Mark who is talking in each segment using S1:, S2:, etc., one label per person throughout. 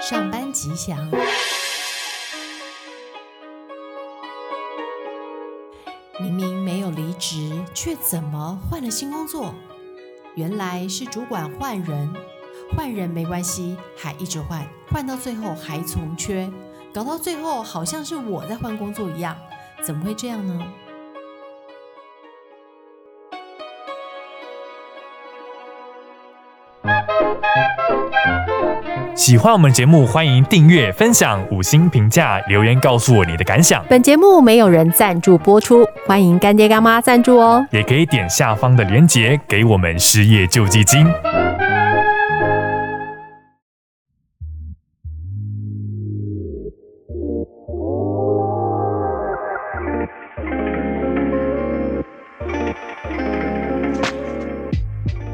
S1: 上班吉祥。明明没有离职，却怎么换了新工作？原来是主管换人，换人没关系，还一直换，换到最后还从缺，搞到最后好像是我在换工作一样，怎么会这样呢？
S2: 喜欢我们节目，欢迎订阅、分享、五星评价、留言告诉我你的感想，
S3: 本节目没有人赞助播出，欢迎干爹干妈赞助哦。
S2: 也可以点下方的链接给我们失业救济金。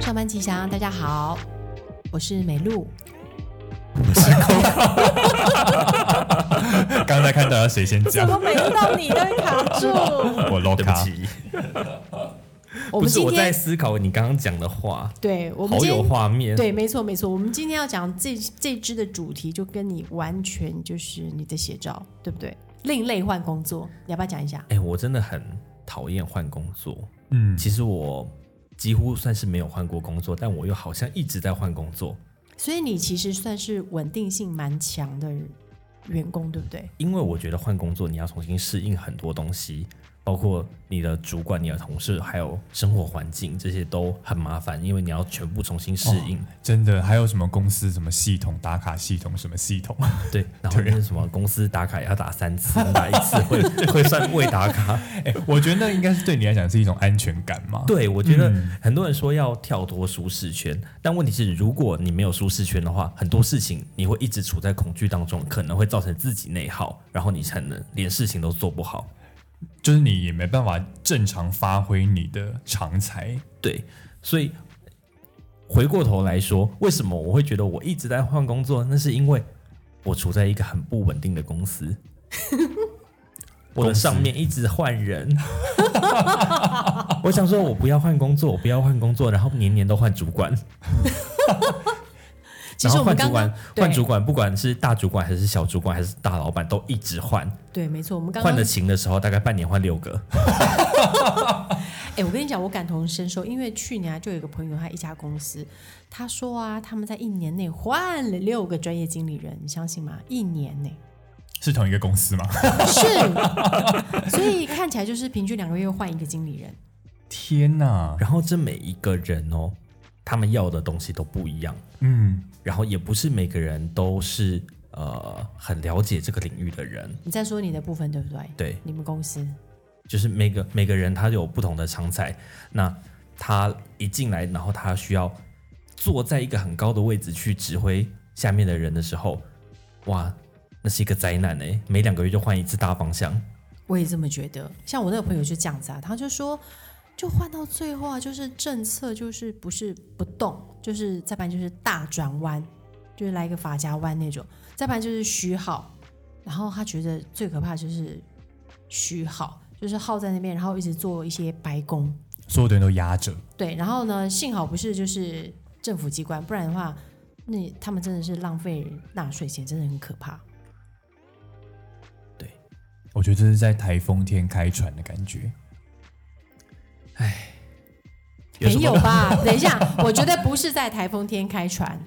S1: 上班吉祥，大家好，我是美露。
S4: 刚才看到要谁先讲，
S1: 每次到你都会卡 住？
S4: 我 low
S5: 对不
S4: 卡。
S5: 起，
S1: 我
S5: 不
S1: 们
S5: 是
S1: 今
S5: 我在
S1: 天
S5: 思考你刚刚讲的话，
S1: 对，我们
S5: 好
S1: 今
S5: 有
S1: 天
S5: 画面。
S1: 对，没错没错，我们今天要讲这这支的主题，就跟你完全就是你的写照，对不对？另类换工作，你要不要讲一下？
S5: 哎，我真的很讨厌换工作。
S2: 嗯，
S5: 其实我几乎算是没有换过工作，但我又好像一直在换工作，
S1: 所以你其实算是稳定性蛮强的员工，对不对？
S5: 因为我觉得换工作你要重新适应很多东西，包括你的主管、你的同事，还有生活环境，这些都很麻烦，因为你要全部重新适应。
S4: 真的，还有什么公司什么系统打卡系统什么系 统？
S5: 对，啊然后那什么公司打卡也要打三次，你打一次会会算未打卡。
S4: 哎、我觉得那应该是对你来讲是一种安全感嘛。
S5: 对，我觉得很多人说要跳脱舒适圈，但问题是，如果你没有舒适圈的话，很多事情你会一直处在恐惧当中，可能会造成自己内耗，然后你才能连事情都做不好。
S4: 就是你也没办法正常发挥你的长才。
S5: 对，所以回过头来说，为什么我会觉得我一直在换工作？那是因为我处在一个很不稳定的公司，我的上面一直换人。 我想说，我不要换工作，我不要换工作，然后年年都换主管。
S1: 其
S5: 然
S1: 实我
S5: 后
S1: 们
S5: 换主
S1: 刚刚
S5: 管，换主
S1: 对
S5: 管，不管是大主管还是小主管还是大老板，都一直换。
S1: 对，没错，我们刚
S5: 换
S1: 刚
S5: 的勤的时候，大概半年换六个。
S1: 哎、我跟你讲，我感同身受，因为去年啊，就有一个朋友，他一家公司，他说啊，他们在一年内换了六个专业经理人，你相信吗？一年内
S4: 是同一个公司吗？
S1: 是，所以看起来就是平均两个月换一个经理人。
S4: 天哪！
S5: 然后这每一个人哦，他们要的东西都不一样，
S4: 嗯，
S5: 然后也不是每个人都是呃很了解这个领域的人。
S1: 你在说你的部分对不对？
S5: 对，
S1: 你们公司
S5: 就是每个每个人他有不同的长才，那他一进来，然后他需要坐在一个很高的位置去指挥下面的人的时候，哇，那是一个灾难哎、每两个月就换一次大方向，
S1: 我也这么觉得。像我那个朋友就这样子啊，他就说，就换到最后啊，就是政策就是不是不动，就是再不然就是大转弯，就是来一个法家湾那种，再不然就是虚耗。然后他觉得最可怕的就是虚耗，就是耗在那边，然后一直做一些白工。
S4: 所有的人都压着。
S1: 对，然后呢，幸好不是就是政府机关，不然的话，那他们真的是浪费纳税钱，真的很可怕。
S4: 我觉得这是在台风天开船的感觉。
S5: 有
S1: 没
S5: 什么
S1: 有吧？ 等一下，我觉得不是在台风天开船，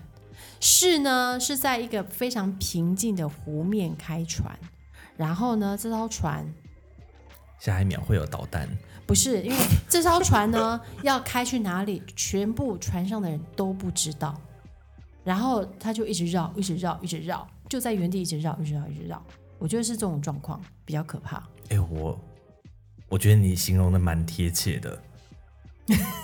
S1: 是呢是在一个非常平静的湖面开船。然后呢，这艘船
S5: 下一秒会有导弹，
S1: 不是因为这艘船呢要开去哪里，全部船上的人都不知道。然后他就一直绕，一直绕，一直绕，就在原地一直绕，一直绕，一直绕。我觉得是这种状况比较可怕。
S5: 哎、我我觉得你形容的蛮贴切的。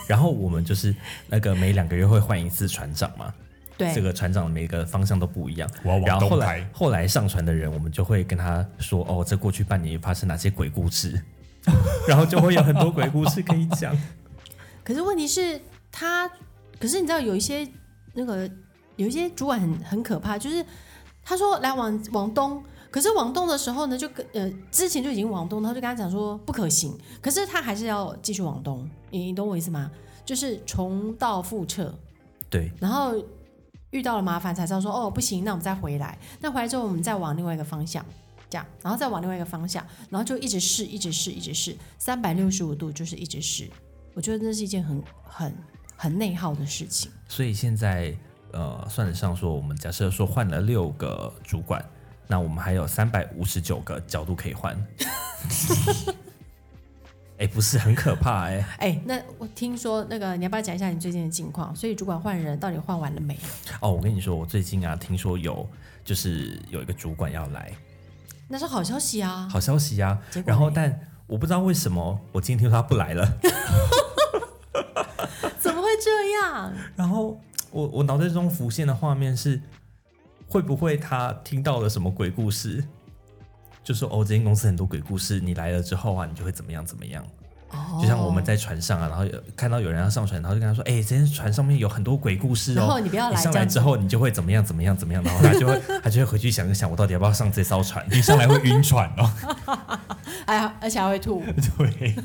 S5: 然后我们就是那个每两个月会换一次船长嘛，
S1: 对，
S5: 这个船长的每个方向都不一样。
S4: 我要往
S5: 然后后
S4: 东
S5: 来
S4: 开
S5: 后来上船的人，我们就会跟他说：“哦，这过去半年发生哪些鬼故事？”然后就会有很多鬼故事可以讲。
S1: 可是问题是，他，可是你知道有一些那个有一些主管很很可怕，就是他说来往往东，可是往东的时候呢，就跟呃之前就已经往东，他就跟他讲说不可行，可是他还是要继续往东，你你懂我意思吗？就是重蹈覆辙，
S5: 对，
S1: 然后遇到了麻烦才知道说哦不行，那我们再回来。那回来之后，我们再往另外一个方向，这样，然后再往另外一个方向，然后就一直试，一直试，一直试，三百六十五度就是一直试。我觉得这是一件很很很内耗的事情。
S5: 所以现在呃，算得上说，我们假设说换了六个主管，那我们还有三百五十九个角度可以换。 哎、不是很可怕哎、
S1: 哎，那我听说那个你要不要讲一下你最近的近况？所以主管换人到底换完了没？
S5: 哦，我跟你说，我最近啊，听说有就是有一个主管要来，
S1: 那是好 消息啊！
S5: 好消息啊
S1: 结。果
S5: 然后，
S1: 嘞
S5: 但我不知道为什么，我今天听说他不来了。
S1: 怎么会这样？
S5: 然后我我脑袋中浮现的画面是，会不会他听到了什么鬼故事？就说哦，这间公司很多鬼故事，你来了之后啊，你就会怎么样怎么样。
S1: 哦
S5: 就像我们在船上啊，然后有看到有人要上船，然后就跟他说：“哎、这天船上面有很多鬼故事哦，
S1: 然后你不要来
S5: 上
S1: 这
S5: 来
S1: 样子
S5: 之后你就会怎么样怎么样怎么样。”然后他就会他就会回去想一想，我到底要不要上这艘船？
S4: 一上来会晕船哦。
S1: 哎呀，而且还会吐。
S5: 对，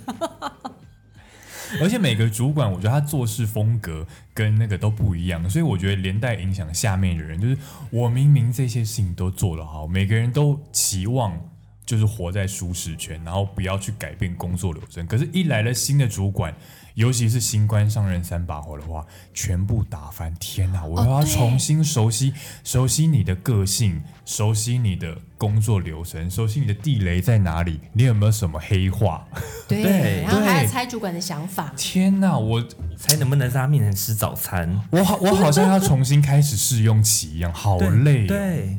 S4: 而且每个主管，我觉得他做事风格跟那个都不一样，所以我觉得连带影响下面的人。就是我明明这些事情都做得好，每个人都期望就是活在舒适圈，然后不要去改变工作流程。可是，一来了新的主管，尤其是新官上任三把火的话，全部打翻。天哪，我
S1: 哦
S4: 又要
S1: 对
S4: 重新熟悉、熟悉你的个性，熟悉你的工作流程，熟悉你的地雷在哪里，你有没有什么黑话？
S1: 对，
S5: 对
S1: 然后哎还要
S4: 对
S1: 猜主管的想法。
S4: 天哪，我
S5: 才能不能在他面前吃早餐？
S4: 我 好，我好像要重新开始试用期一样，好
S5: 对
S4: 累、哦。
S5: 对，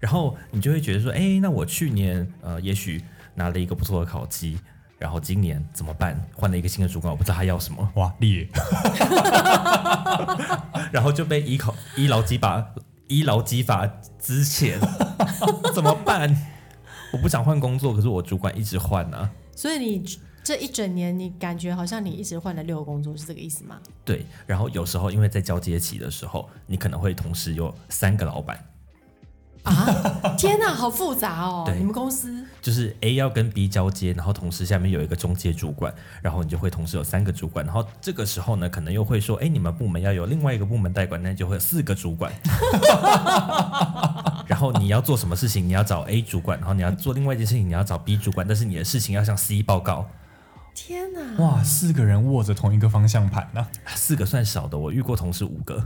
S5: 然后你就会觉得说，哎、那我去年呃，也许拿了一个不错的考绩，然后今年怎么办？换了一个新的主管，我不知道他要什么，
S4: 哇，烈，
S5: 然后就被医考医劳基法 医劳基法之前 怎么办？我不想换工作，可是我主管一直换啊。
S1: 所以你这一整年，你感觉好像你一直换了六个工作，是这个意思 吗？
S5: 对，然后有时候因为在交接期的时候，你可能会同时有三个老板，
S1: 啊，天哪，好复杂哦！
S5: 对
S1: 你们公司
S5: 就是 A 要跟 B 交接，然后同时下面有一个中介主管，然后你就会同时有三个主管，然后这个时候呢，可能又会说，哎，你们部门要有另外一个部门代管，那就会有四个主管。 然后你要做什么事情，你要找 A 主管，然后你要做另外一件事情，你要找 B 主管，但是你的事情要向 C 报告，
S1: 天哪，
S4: 哇，四个人握着同一个方向盘呐、
S5: 四个算少的，我遇过同事五个，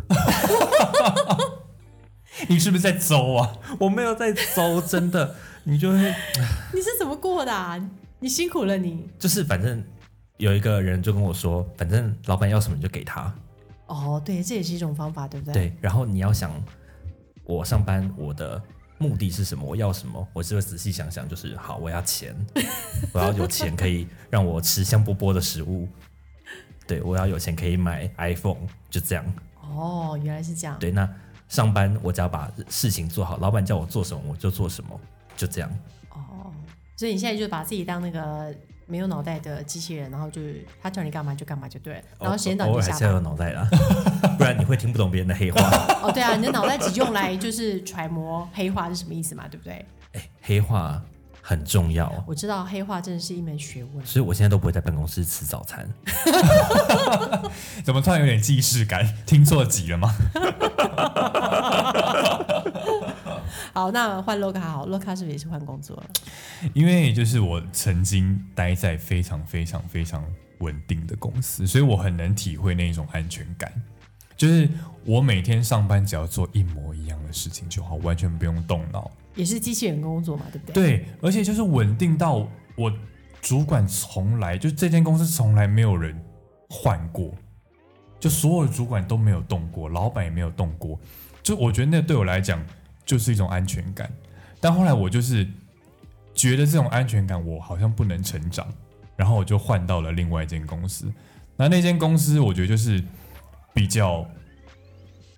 S4: 你是不是在走啊？
S5: 我没有在搜，真的，你就会
S1: 你是怎么过的、啊？你辛苦了你
S5: 就是反正有一个人就跟我说，反正老板要什么你就给他，
S1: 哦，对，这也是一种方法，对不对？，
S5: 对，然后你要想，我上班我的目的是什么？我要什么？我就会仔细想想，就是好，我要钱， 我要有钱可以让我吃香饽饽的食物，对我要有钱可以买 iPhone，就这样。
S1: 哦，原来是这样。
S5: 对，那上班我只要把事情做好，老板叫我做什么我就做什么，就这样。
S1: 哦，所以你现在就把自己当那个没有脑袋的机器人，然后就是他叫你干嘛就干嘛就对了，然后时间到你就
S5: 偶尔还
S1: 下
S5: 是要有
S1: 班。
S5: 脑袋啦， 不然你会听不懂别人的黑话。
S1: 哦，对啊，你的脑袋只用来就是揣摩黑化是什么意思嘛，对不对？
S5: 哎，黑话很重要，
S1: 我知道黑化真的是一门学 问。
S5: 所以我现在都不会在办公室吃早 餐。
S4: 怎么突然有点既视感？听错集了吗？
S1: 好，那换 Loka 好，Loka 是不是也是换工作了？
S4: 因为就是我曾经待在非常非常非常稳定的公司，所以我很能体会那种安全感。就是我每天上班只要做一模一样的事情就好，完全不用动脑。
S1: 也是机器人工作嘛，对不对？
S4: 对，而且就是稳定到我主管从来就这间公司从来没有人换过，就所有的主管都没有动过，老板也没有动过。就我觉得那对我来讲就是一种安全感，但后来我就是觉得这种安全感我好像不能成长，然后我就换到了另外一间公司。那那间公司我觉得就是比较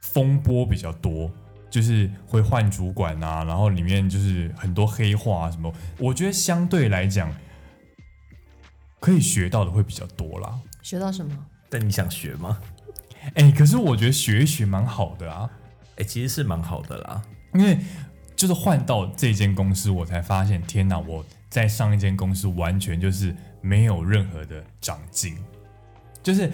S4: 风波比较多，就是会换主管啊，然后里面就是很多黑话啊什么。我觉得相对来讲，可以学到的会比较多啦。
S1: 学到什么？
S5: 但你想学吗？
S4: 哎，可是我觉得学一学蛮好的啊，
S5: 哎、其实是蛮好的啦。
S4: 因为就是换到这间公司，我才发现，天哪！我在上一间公司完全就是没有任何的长进，就是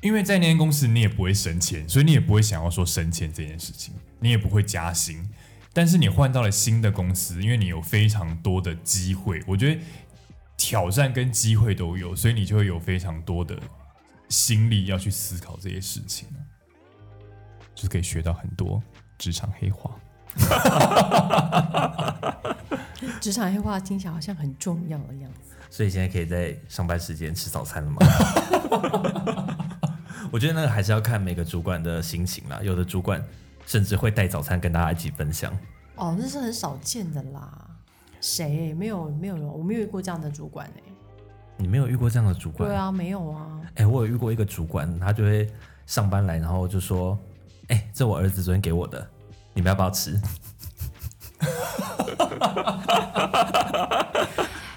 S4: 因为在那间公司你也不会升迁，所以你也不会想要说升迁这件事情，你也不会加薪。但是你换到了新的公司，因为你有非常多的机会，我觉得挑战跟机会都有，所以你就会有非常多的心力要去思考这些事情，就是可以学到很多职场黑话。
S1: 职场黑话听起来好像很重要的样子。
S5: 所以现在可以在上班时间吃早餐了吗？ 我觉得那个还是要看每个主管的心情啦，有的主管甚至会带早餐跟大家一起分享。
S1: 哦，那是很少见的啦。谁没有没有人，我没有遇过这样的主管哎、
S5: 你没有遇过这样的主管？
S1: 对啊，没有啊。
S5: 哎、我有遇过一个主管，他就会上班来，然后就说：“哎、这我儿子昨天给我的，你们要不要吃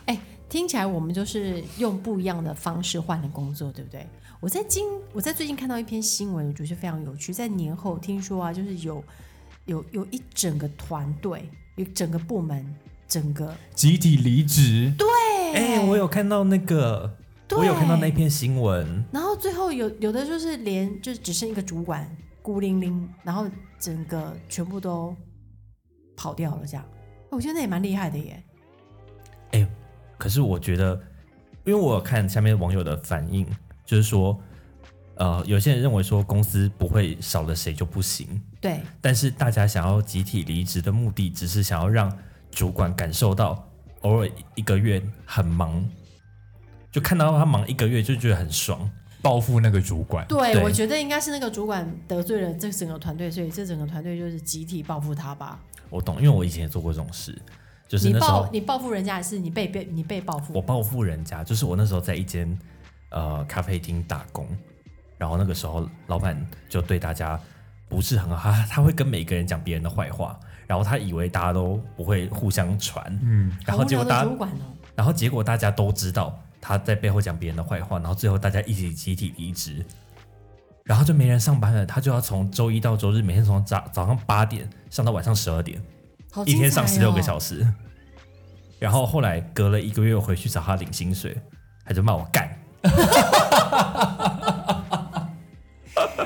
S1: 哎、听起来我们就是用不一样的方式换了工作，对不对？我在今我在最近看到一篇新闻，我觉得非常有趣。在年后听说啊，就是有有有一整个团队，有整个部门，整个？”
S4: 集体离职，
S1: 对，
S5: 哎、我有看到那个，我有看到那
S1: 对
S5: 篇新闻，
S1: 然后最后有有的就是连就只剩一个主管孤零零，然后整个全部都跑掉了，这样。哦我觉得那也蛮厉害的耶。
S5: 可是我觉得，因为我有看下面网友的反应，就是说，呃，有些人认为说公司不会少了谁就不行，
S1: 对，
S5: 但是大家想要集体离职的目的，只是想要让主管感受到偶尔一个月很忙，就看到他忙一个月就觉得很爽。
S4: 报复那个主管。
S1: 对，
S5: 对
S1: 我觉得应该是那个主管得罪了这整个团队，所以这整个团队就是集体报复他吧。
S5: 我懂，因为我以前也做过这种事，就是
S1: 你
S5: 那时候
S1: 报你报复人家，还是你被被你被报复？
S5: 我报复人家，就是我那时候在一间呃咖啡厅打工，然后那个时候老板就对大家不是很好，他他会跟每个人讲别人的坏话，然后他以为大家都不会互相传，
S4: 嗯，
S5: 然后结
S1: 好无
S5: 果
S1: 聊
S5: 大
S1: 的
S5: 家
S1: 主，管哦，
S5: 然后结果大家都知道他在背后讲别人的坏话，然后最后大家一起集体离职，然后就没人上班了，他就要从周一到周日每天从早早上八点上到晚上十二点，
S1: 好哦
S5: 一天上十六个
S1: 时。
S5: 小时。然后后来隔了一个月，我回去找他领薪水，他就骂我干。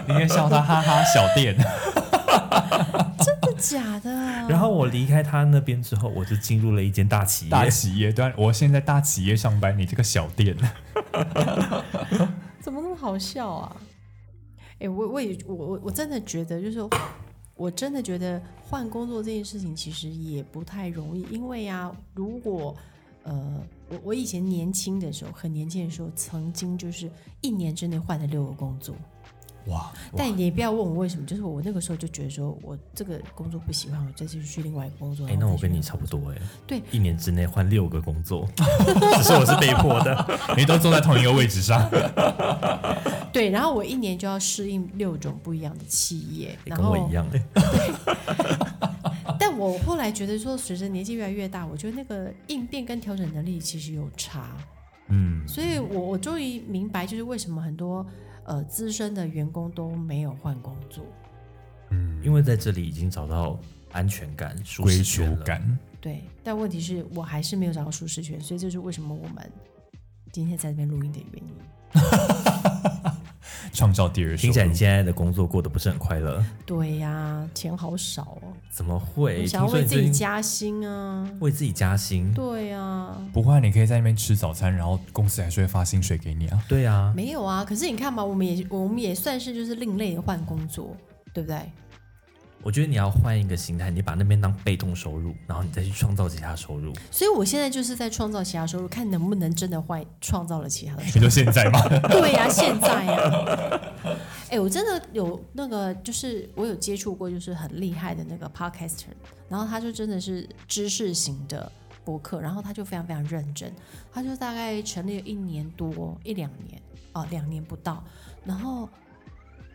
S4: 你应该笑他哈哈小店。
S1: 真的假的？
S5: 然后我离开他那边之后，我就进入了一间大企
S4: 大
S5: 业。
S4: 企业端，我现在大企业上班，你这个小店，
S1: 怎么那么好笑啊？哎、我我也我我我真的觉得，就是我真的觉得换工作这件事情其实也不太容易，因为啊，如果呃，我我以前年轻的时候，很年轻的时候，曾经就是一年之内换了六个工作，
S4: 哇，
S1: 但你也不要问我为什么，就是我那个时候就觉得说我这个工作不喜欢，我再去去另外一个工作。
S5: 哎、
S1: 然后
S5: 那
S1: 再
S5: 我
S1: 去
S5: 跟
S1: 另
S5: 你
S1: 外一个
S5: 差不多哎、
S1: 对
S5: 一年之内换六个工 作，只是我是被迫的。哎
S4: 你都坐在同一个位置上，
S1: 对，然后我一年就要适应六种不一样的企业，
S5: 你
S1: 然
S5: 跟
S1: 后
S5: 我一样、哎
S1: 但我后来觉得说，随着年纪越来越大，我觉得那个应变跟调整能力其实有差，
S4: 嗯，
S1: 所以我我终于明白，就是为什么很多呃资深的员工都没有换工作。
S5: 因为在这里已经找到安全感、舒
S4: 归
S5: 适
S4: 属
S5: 圈了。
S4: 感，
S1: 对，但问题是我还是没有找到舒适圈，所以这就是为什么我们今天在这边录音的原因。
S4: 创造第二收
S5: 听起来
S4: 入
S5: 你。现在的工作过得不是很快乐，
S1: 对呀、钱好少哦，
S5: 怎么会？
S1: 我想要
S5: 哎听说
S1: 为
S5: 你
S1: 自
S5: 最
S1: 己
S5: 近
S1: 加薪啊。
S5: 为自己加薪，
S1: 对呀、
S4: 不会啊，你可以在那边吃早餐，然后公司还是会发薪水给你啊。
S5: 对啊，
S1: 没有啊。可是你看嘛，我们也我们也算是就是另类的换工作，对不对？
S5: 我觉得你要换一个心态，你把那边当被动收入，然后你再去创造其他收入。
S1: 所以我现在就是在创造其他收入，看能不能真的换创造了其他的收
S4: 你说现在吗？
S1: 入。对呀、现在呀、哎、我真的有那个，就是我有接触过，就是很厉害的那个 podcaster，然后他就真的是知识型的博客，然后他就非常非常认真，他就大概成立了一年多一两年哦，两年不到，然后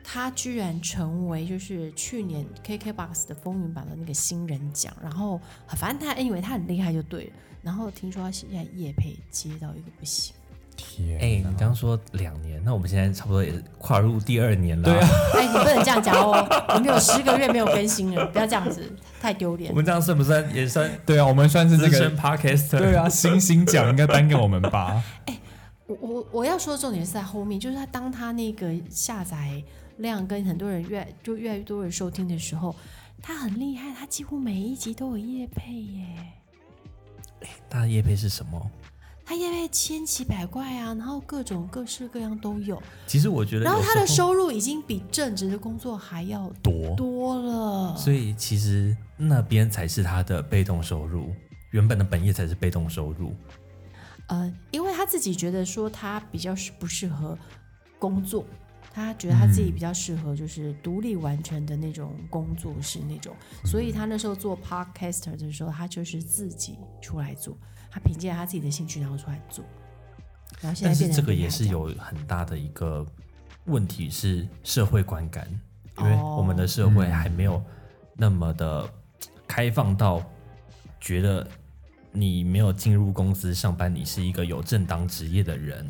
S1: 他居然成为就是去年 KKBOX 的风云榜的那个新人奖，然后反正他因为他很厉害就对了，然后听说他现在业配接到一个不行，
S4: 天，
S5: 哎、你刚刚说两年，那我们现在差不多也是跨入第二年了。对啊，
S1: 哎，你不能这样讲哦，我们有十个月没有更新了，不要这样子，太丢脸
S5: 我。们这样算不算也算
S4: 对啊，我们算是这个
S5: 资深 podcaster？
S4: 对啊，星星奖应该颁给我们吧？
S1: 我我我要说的重点是在后面，就是他当他那个下载量跟很多人越就越来越多人收听的时候，他很厉害，他几乎每一集都有夜配耶，
S5: 大家业配是什么？
S1: 他夜配千奇百怪啊，然后各种各式各样都有，
S5: 其实我觉得有
S1: 然
S5: 时
S1: 后
S5: 候，
S1: 他的收入已经比正职的工作还要
S5: 多，
S1: 多了，
S5: 所以其实那边才是他的被动收入，原本的本业才是被动收入。
S1: 呃，因为他自己觉得说他比较适不适合工作，他觉得他自己比较适合就是独立完成的那种工作室那种，
S5: 嗯
S1: 所以他那时候做 podcaster 的时候，他就是自己出来做，他凭借他自己的兴趣然后出来做，然后现
S5: 但
S1: 在
S5: 是
S1: 变成
S5: 这个
S1: 厉害
S5: 也是
S1: 样
S5: 有很大的一个问题是社会观感，
S1: 哦
S5: 因为我们的社会还没有那么的开放到觉得你没有进入公司上班，你是一个有正当职业的人。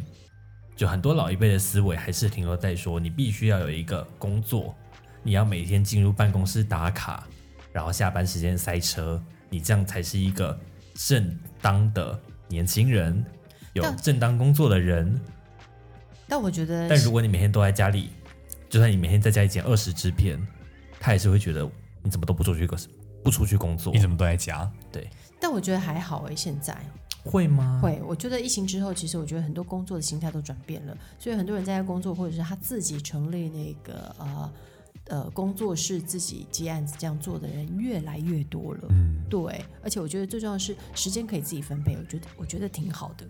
S5: 就很多老一辈的思维还是停留在说，你必须要有一个工作，你要每天进入办公室打卡，然后下班时间塞车，你这样才是一个正当的年轻人，有
S1: 但
S5: 正当工作的人。
S1: 但我觉得
S5: 但如果你每天都在家里，就算你每天在家里剪二十支片，他也是会觉得你怎么都不出去工不出去工作
S4: 你，怎么都在家？
S5: 对，
S1: 但我觉得还好哎、现在
S5: 会吗？
S1: 会，我觉得疫情之后，其实我觉得很多工作的形态都转变了，所以很多人在家工作，或者是他自己成立那个呃呃工作室，自己接案子这样做的人越来越多了。
S4: 嗯，
S1: 对，而且我觉得最重要的是时间可以自己分配，我觉得我觉得挺好的。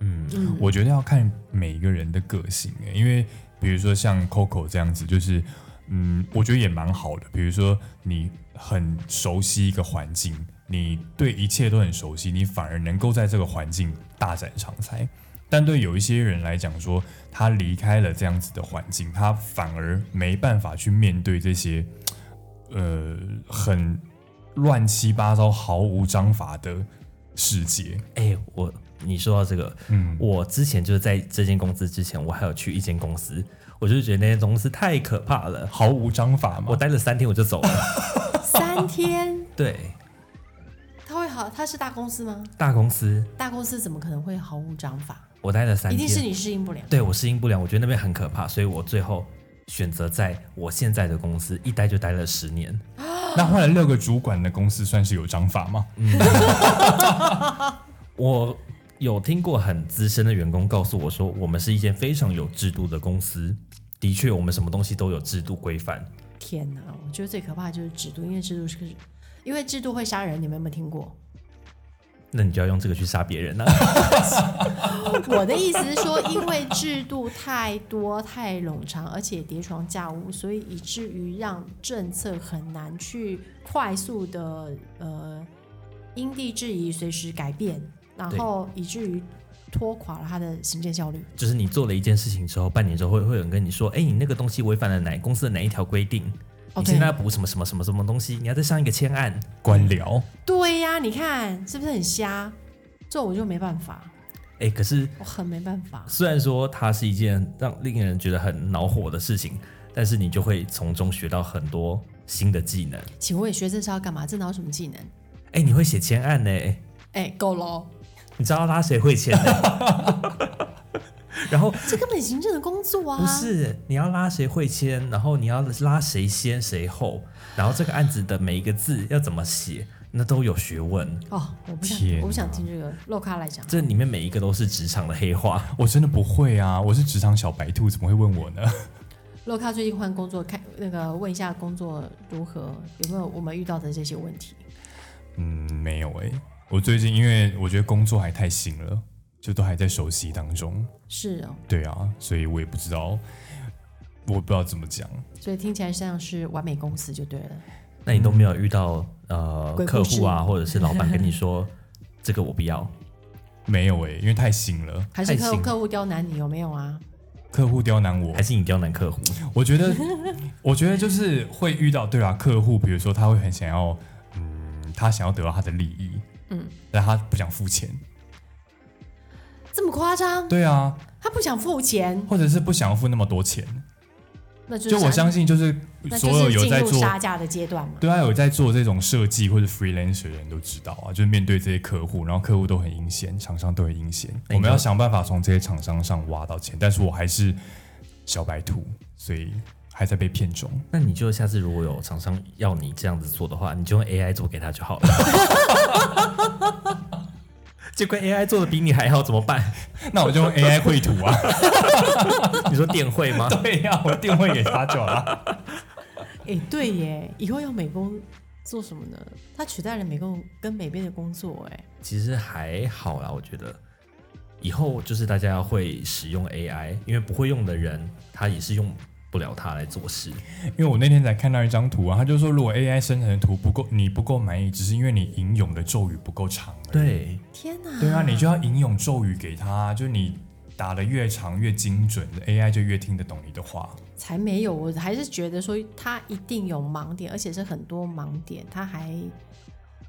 S4: 嗯
S1: 嗯，
S4: 我觉得要看每个人的个性、欸，因为比如说像 Coco 这样子，就是嗯，我觉得也蛮好的。比如说你很熟悉一个环境，你对一切都很熟悉，你反而能够在这个环境大展长才。但对有一些人来讲说，他离开了这样子的环境，他反而没办法去面对这些呃很乱七八糟、毫无章法的世界。
S5: 哎、我你说到这个，
S4: 嗯，
S5: 我之前就是在这间公司之前，我还有去一间公司，我就是觉得那间公司太可怕了，
S4: 毫无章法嘛。
S5: 我待了三天我就走了。
S1: 三天，
S5: 对，
S1: 他会好？他是大公司吗？
S5: 大公司
S1: 大公司怎么可能会毫无章法？
S5: 我待了三
S1: 一
S5: 天，
S1: 定是你适应不了。
S5: 对我适应不良，我觉得那边很可怕，所以我最后选择在我现在的公司一待就待了十年。
S4: 那换了六个主管的公司算是有章法吗？
S5: 我有听过很资深的员工告诉我说，我们是一间非常有制度的公司。的确，我们什么东西都有制度规范。
S1: 天哪，我觉得最可怕的就是制度，因为制度是个，因为制度会杀人，你们有没有听过？
S5: 那你就要用这个去杀别人了、啊
S1: 我的意思是说，因为制度太多、太冗长，而且叠床架屋，所以以至于让政策很难去快速的呃因地制宜、随时改变，然后以至于拖垮了它的行政效率。
S5: 就是你做了一件事情之后，半年之后会会有人跟你说，哎、你那个东西违反了哪公司的哪一条规定？
S1: 哦
S5: 你
S1: 对
S5: 现在要补什么什么什么什么东西？你要再上一个签案。
S4: 官僚，
S1: 对呀、你看是不是很瞎？这我就没办法，
S5: 哎、可是
S1: 我很没办法。
S5: 虽然说它是一件让令人觉得很恼火的事情，但是你就会从中学到很多新的技能。
S1: 请问学这是要干嘛？这哪有什么技能？
S5: 哎、你会写签案呢、
S1: 哎，够喽！
S5: 你知道拉谁会签呢？ 然后
S1: 这根本行政的工作啊！
S5: 不是你要拉谁会签，然后你要拉谁先谁后，然后这个案子的每一个字要怎么写，那都有学问。
S1: 哦，我不想
S4: 天，
S1: 我不想
S4: 哪
S1: 听这个。洛卡来讲，
S5: 这里面每一个都是职场的黑话。
S4: 我真的不会啊，我是职场小白兔，怎么会问我呢？
S1: 洛卡最近换工作，看那个问一下工作如何，有没有我们遇到的这些问题？
S4: 嗯，没有诶、我最近因为我觉得工作还太新了，就都还在熟悉当中。
S1: 是哦，
S4: 对啊，所以我也不知道，我不知道怎么讲。
S1: 所以听起来像是完美公司就对了。
S5: 那你都没有遇到、呃
S1: 鬼故
S5: 客户啊，
S1: 事
S5: 或者是老板跟你说这个我不要，
S4: 没有欸诶、因为太新了，
S1: 还是
S5: 太
S1: 客
S5: 新
S1: 客户刁难你有没有啊？
S4: 客户刁难我
S5: 还，是你刁难客户？
S4: 我觉得， 我觉得就是会遇到，对啊，客户，比如说他会很想要，嗯，他想要得到他的利益，
S1: 嗯
S4: 嗯，但他不想付钱，
S1: 这么夸张？
S4: 对啊，
S1: 他不想付钱，
S4: 或者是不想要付那么多钱，
S1: 那就
S4: 就我
S1: 想
S4: 相信，就是
S1: 那
S4: 所
S1: 就
S4: 有有
S1: 是
S4: 在
S1: 进入
S4: 做
S1: 杀价的阶段嘛。
S4: 对啊，有在做这种设计或者 freelancer 的人都知道啊，就是面对这些客户，然后客户都很阴险，厂商都很阴险，
S5: 哎
S4: 我们要
S5: 你
S4: 想办法从这些厂商上挖到钱，但是我还是小白兔，所以还在被骗中。
S5: 那你就下次如果有厂商要你这样子做的话，你就用 AI 做给他就好了。 结果 AI 做的比你还好怎么办？
S4: 那我就用 AI 绘图啊，
S5: 你说电绘吗？
S4: 对呀、我电绘给他就好了。
S1: 哎，对耶，以后要美工做什么呢？它取代了美工跟美编的工作，哎，
S5: 其实还好啦，我觉得以后就是大家要会使用 AI，因为不会用的人他也是用不了它来做事。
S4: 因为我那天才看到一张图啊，他就说如果 AI 生成的图不够，你不够满意，只是因为你引用的咒语不够长而已。
S5: 对，
S1: 天哪！
S4: 对啊，你就要引用咒语给他，就是你打的越长越精准，AI 就越听得懂你的话。
S1: 才没有，我还是觉得说他一定有盲点，而且是很多盲点，他还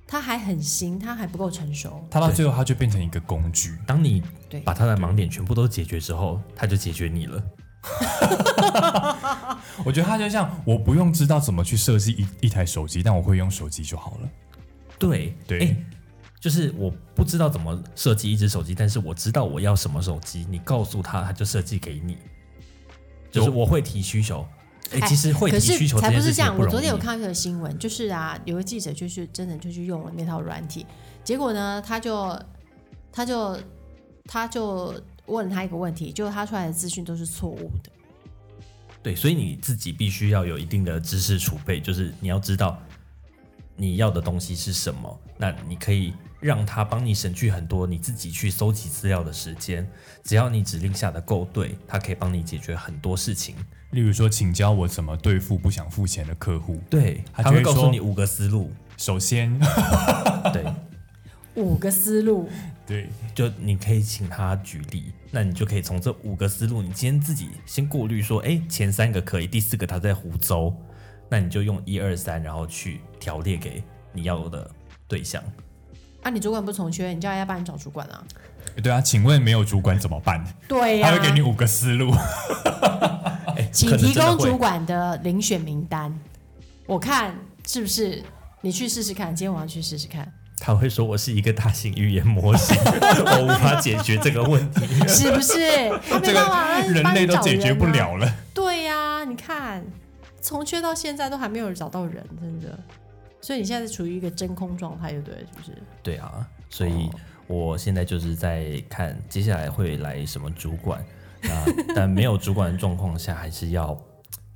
S1: 他还很新，他还不够成熟。
S4: 它到最后它就变成一个工具。
S5: 当你
S1: 对
S5: 把他的盲点全部都解决之后，他就解决你了。
S4: 我觉得它就像我不用知道怎么去设计一一台手机，但我会用手机就好了。
S5: 对哎
S4: 对
S5: 诶就是我不知道怎么设计一只手机，但是我知道我要什么手机，你告诉他，他就设计给你。就是我会提需求，哎、
S1: 哎
S5: 其实会
S1: 可
S5: 提
S1: 是
S5: 需求
S1: 才
S5: 这
S1: 不
S5: 件事
S1: 是这
S5: 情也
S1: 样。
S5: 不
S1: 我
S5: 容易。
S1: 昨天有看到一个新闻，就是啊，有个记者就是真的就去用了那套软体，结果呢，他就他就他就问了他一个问题，结果他出来的资讯都是错误的。
S5: 对，所以你自己必须要有一定的知识储备，就是你要知道你要的东西是什么，那你可以让他帮你省去很多你自己去搜集资料的时间。只要你指令下的够对，他可以帮你解决很多事情。
S4: 例如说，请教我怎么对付不想付钱的客户。
S5: 对，
S4: 他
S5: 他
S4: 就
S5: 会
S4: 会
S5: 告诉
S4: 说
S5: 你五个思路。
S4: 首先，
S5: 对，
S1: 五个思路，
S4: 对
S5: 就你可以请他举例，那你就可以从这五个思路，你今天自己先过滤说，哎，前三个可以，第四个他在胡诌，那你就用一二三，然后去条列给你要的对象。
S1: 啊，你主管不重缺，你叫人家帮你找主管啊？
S4: 对啊，请问没有主管怎么办？
S1: 对啊呀、
S4: 他会给你五个思路。
S5: 哎，
S1: 请
S5: 可能
S1: 提
S5: 真的
S1: 供
S5: 会
S1: 主管的遴选名单，我看是不是你去试试看，今天晚上去试试 看，
S5: 他会说我是一个大型语言模 型，我无法解决这个问题。
S1: 是不是？他没
S4: 这
S1: 办法，
S4: 个人类都解决不
S1: 帮你找人啊。
S4: 了了。
S1: 对呀、你看从缺到现在都还没有人找到人，真的。所以你现在是处于一个真空状态，对不对？是不是？
S5: 对啊，所以我现在就是在看接下来会来什么主管啊， 但没有主管的状况下，还是要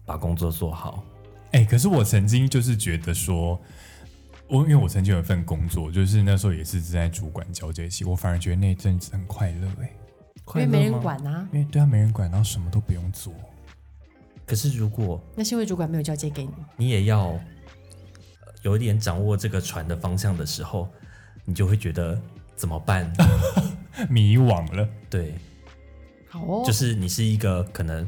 S5: 把工作做好。
S4: 哎、可是我曾经就是觉得说，我因为我曾经有一份工作，就是那时候也是在主管交接期，我反而觉得那一阵子很快乐哎、
S1: 因为没人管啊。
S4: 因为对他没人管，然后什么都不用做。
S5: 可是如果
S1: 那是因为主管没有交接给你，
S5: 你也要呃有一点掌握这个船的方向的时候，你就会觉得怎么 办？
S4: 迷惘了，
S5: 对，
S1: 好哦，
S5: 就是你是一个可能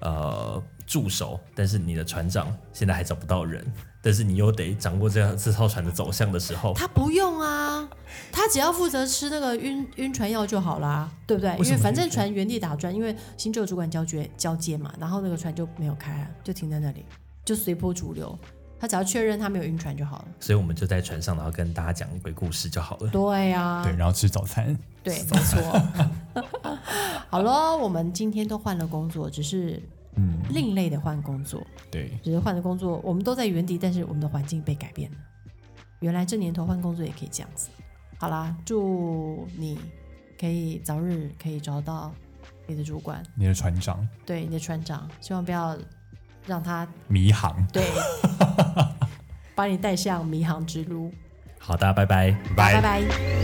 S5: 呃助手，但是你的船长现在还找不到人，但是你又得掌握这样这艘船的走向的时候，
S1: 他不用啊，他只要负责吃那个晕晕船药就好啦，对不对？
S4: 为什么
S1: 因为反正船原地打转，因为新旧主管交接交接嘛，然后那个船就没有开啊，就停在那里，就随波逐流。他只要确认他没有晕船就好了。
S5: 所以我们就在船上，然后跟大家讲鬼故事就好了。
S1: 对呀、
S4: 对，然后吃早餐。
S1: 对，没错。 好喽，我们今天都换了工作，只是
S4: 嗯，
S1: 另类的换工作，
S4: 对，
S1: 只是换了工作，我们都在原地，但是我们的环境被改变了。原来这年头换工作也可以这样子。好啦，祝你可以早日可以找到你的主管，
S4: 你的船长
S1: 对你的船长，希望不要让他
S4: 迷航，
S1: 对把你带向迷航之路。
S5: 好的，拜拜。
S1: 拜拜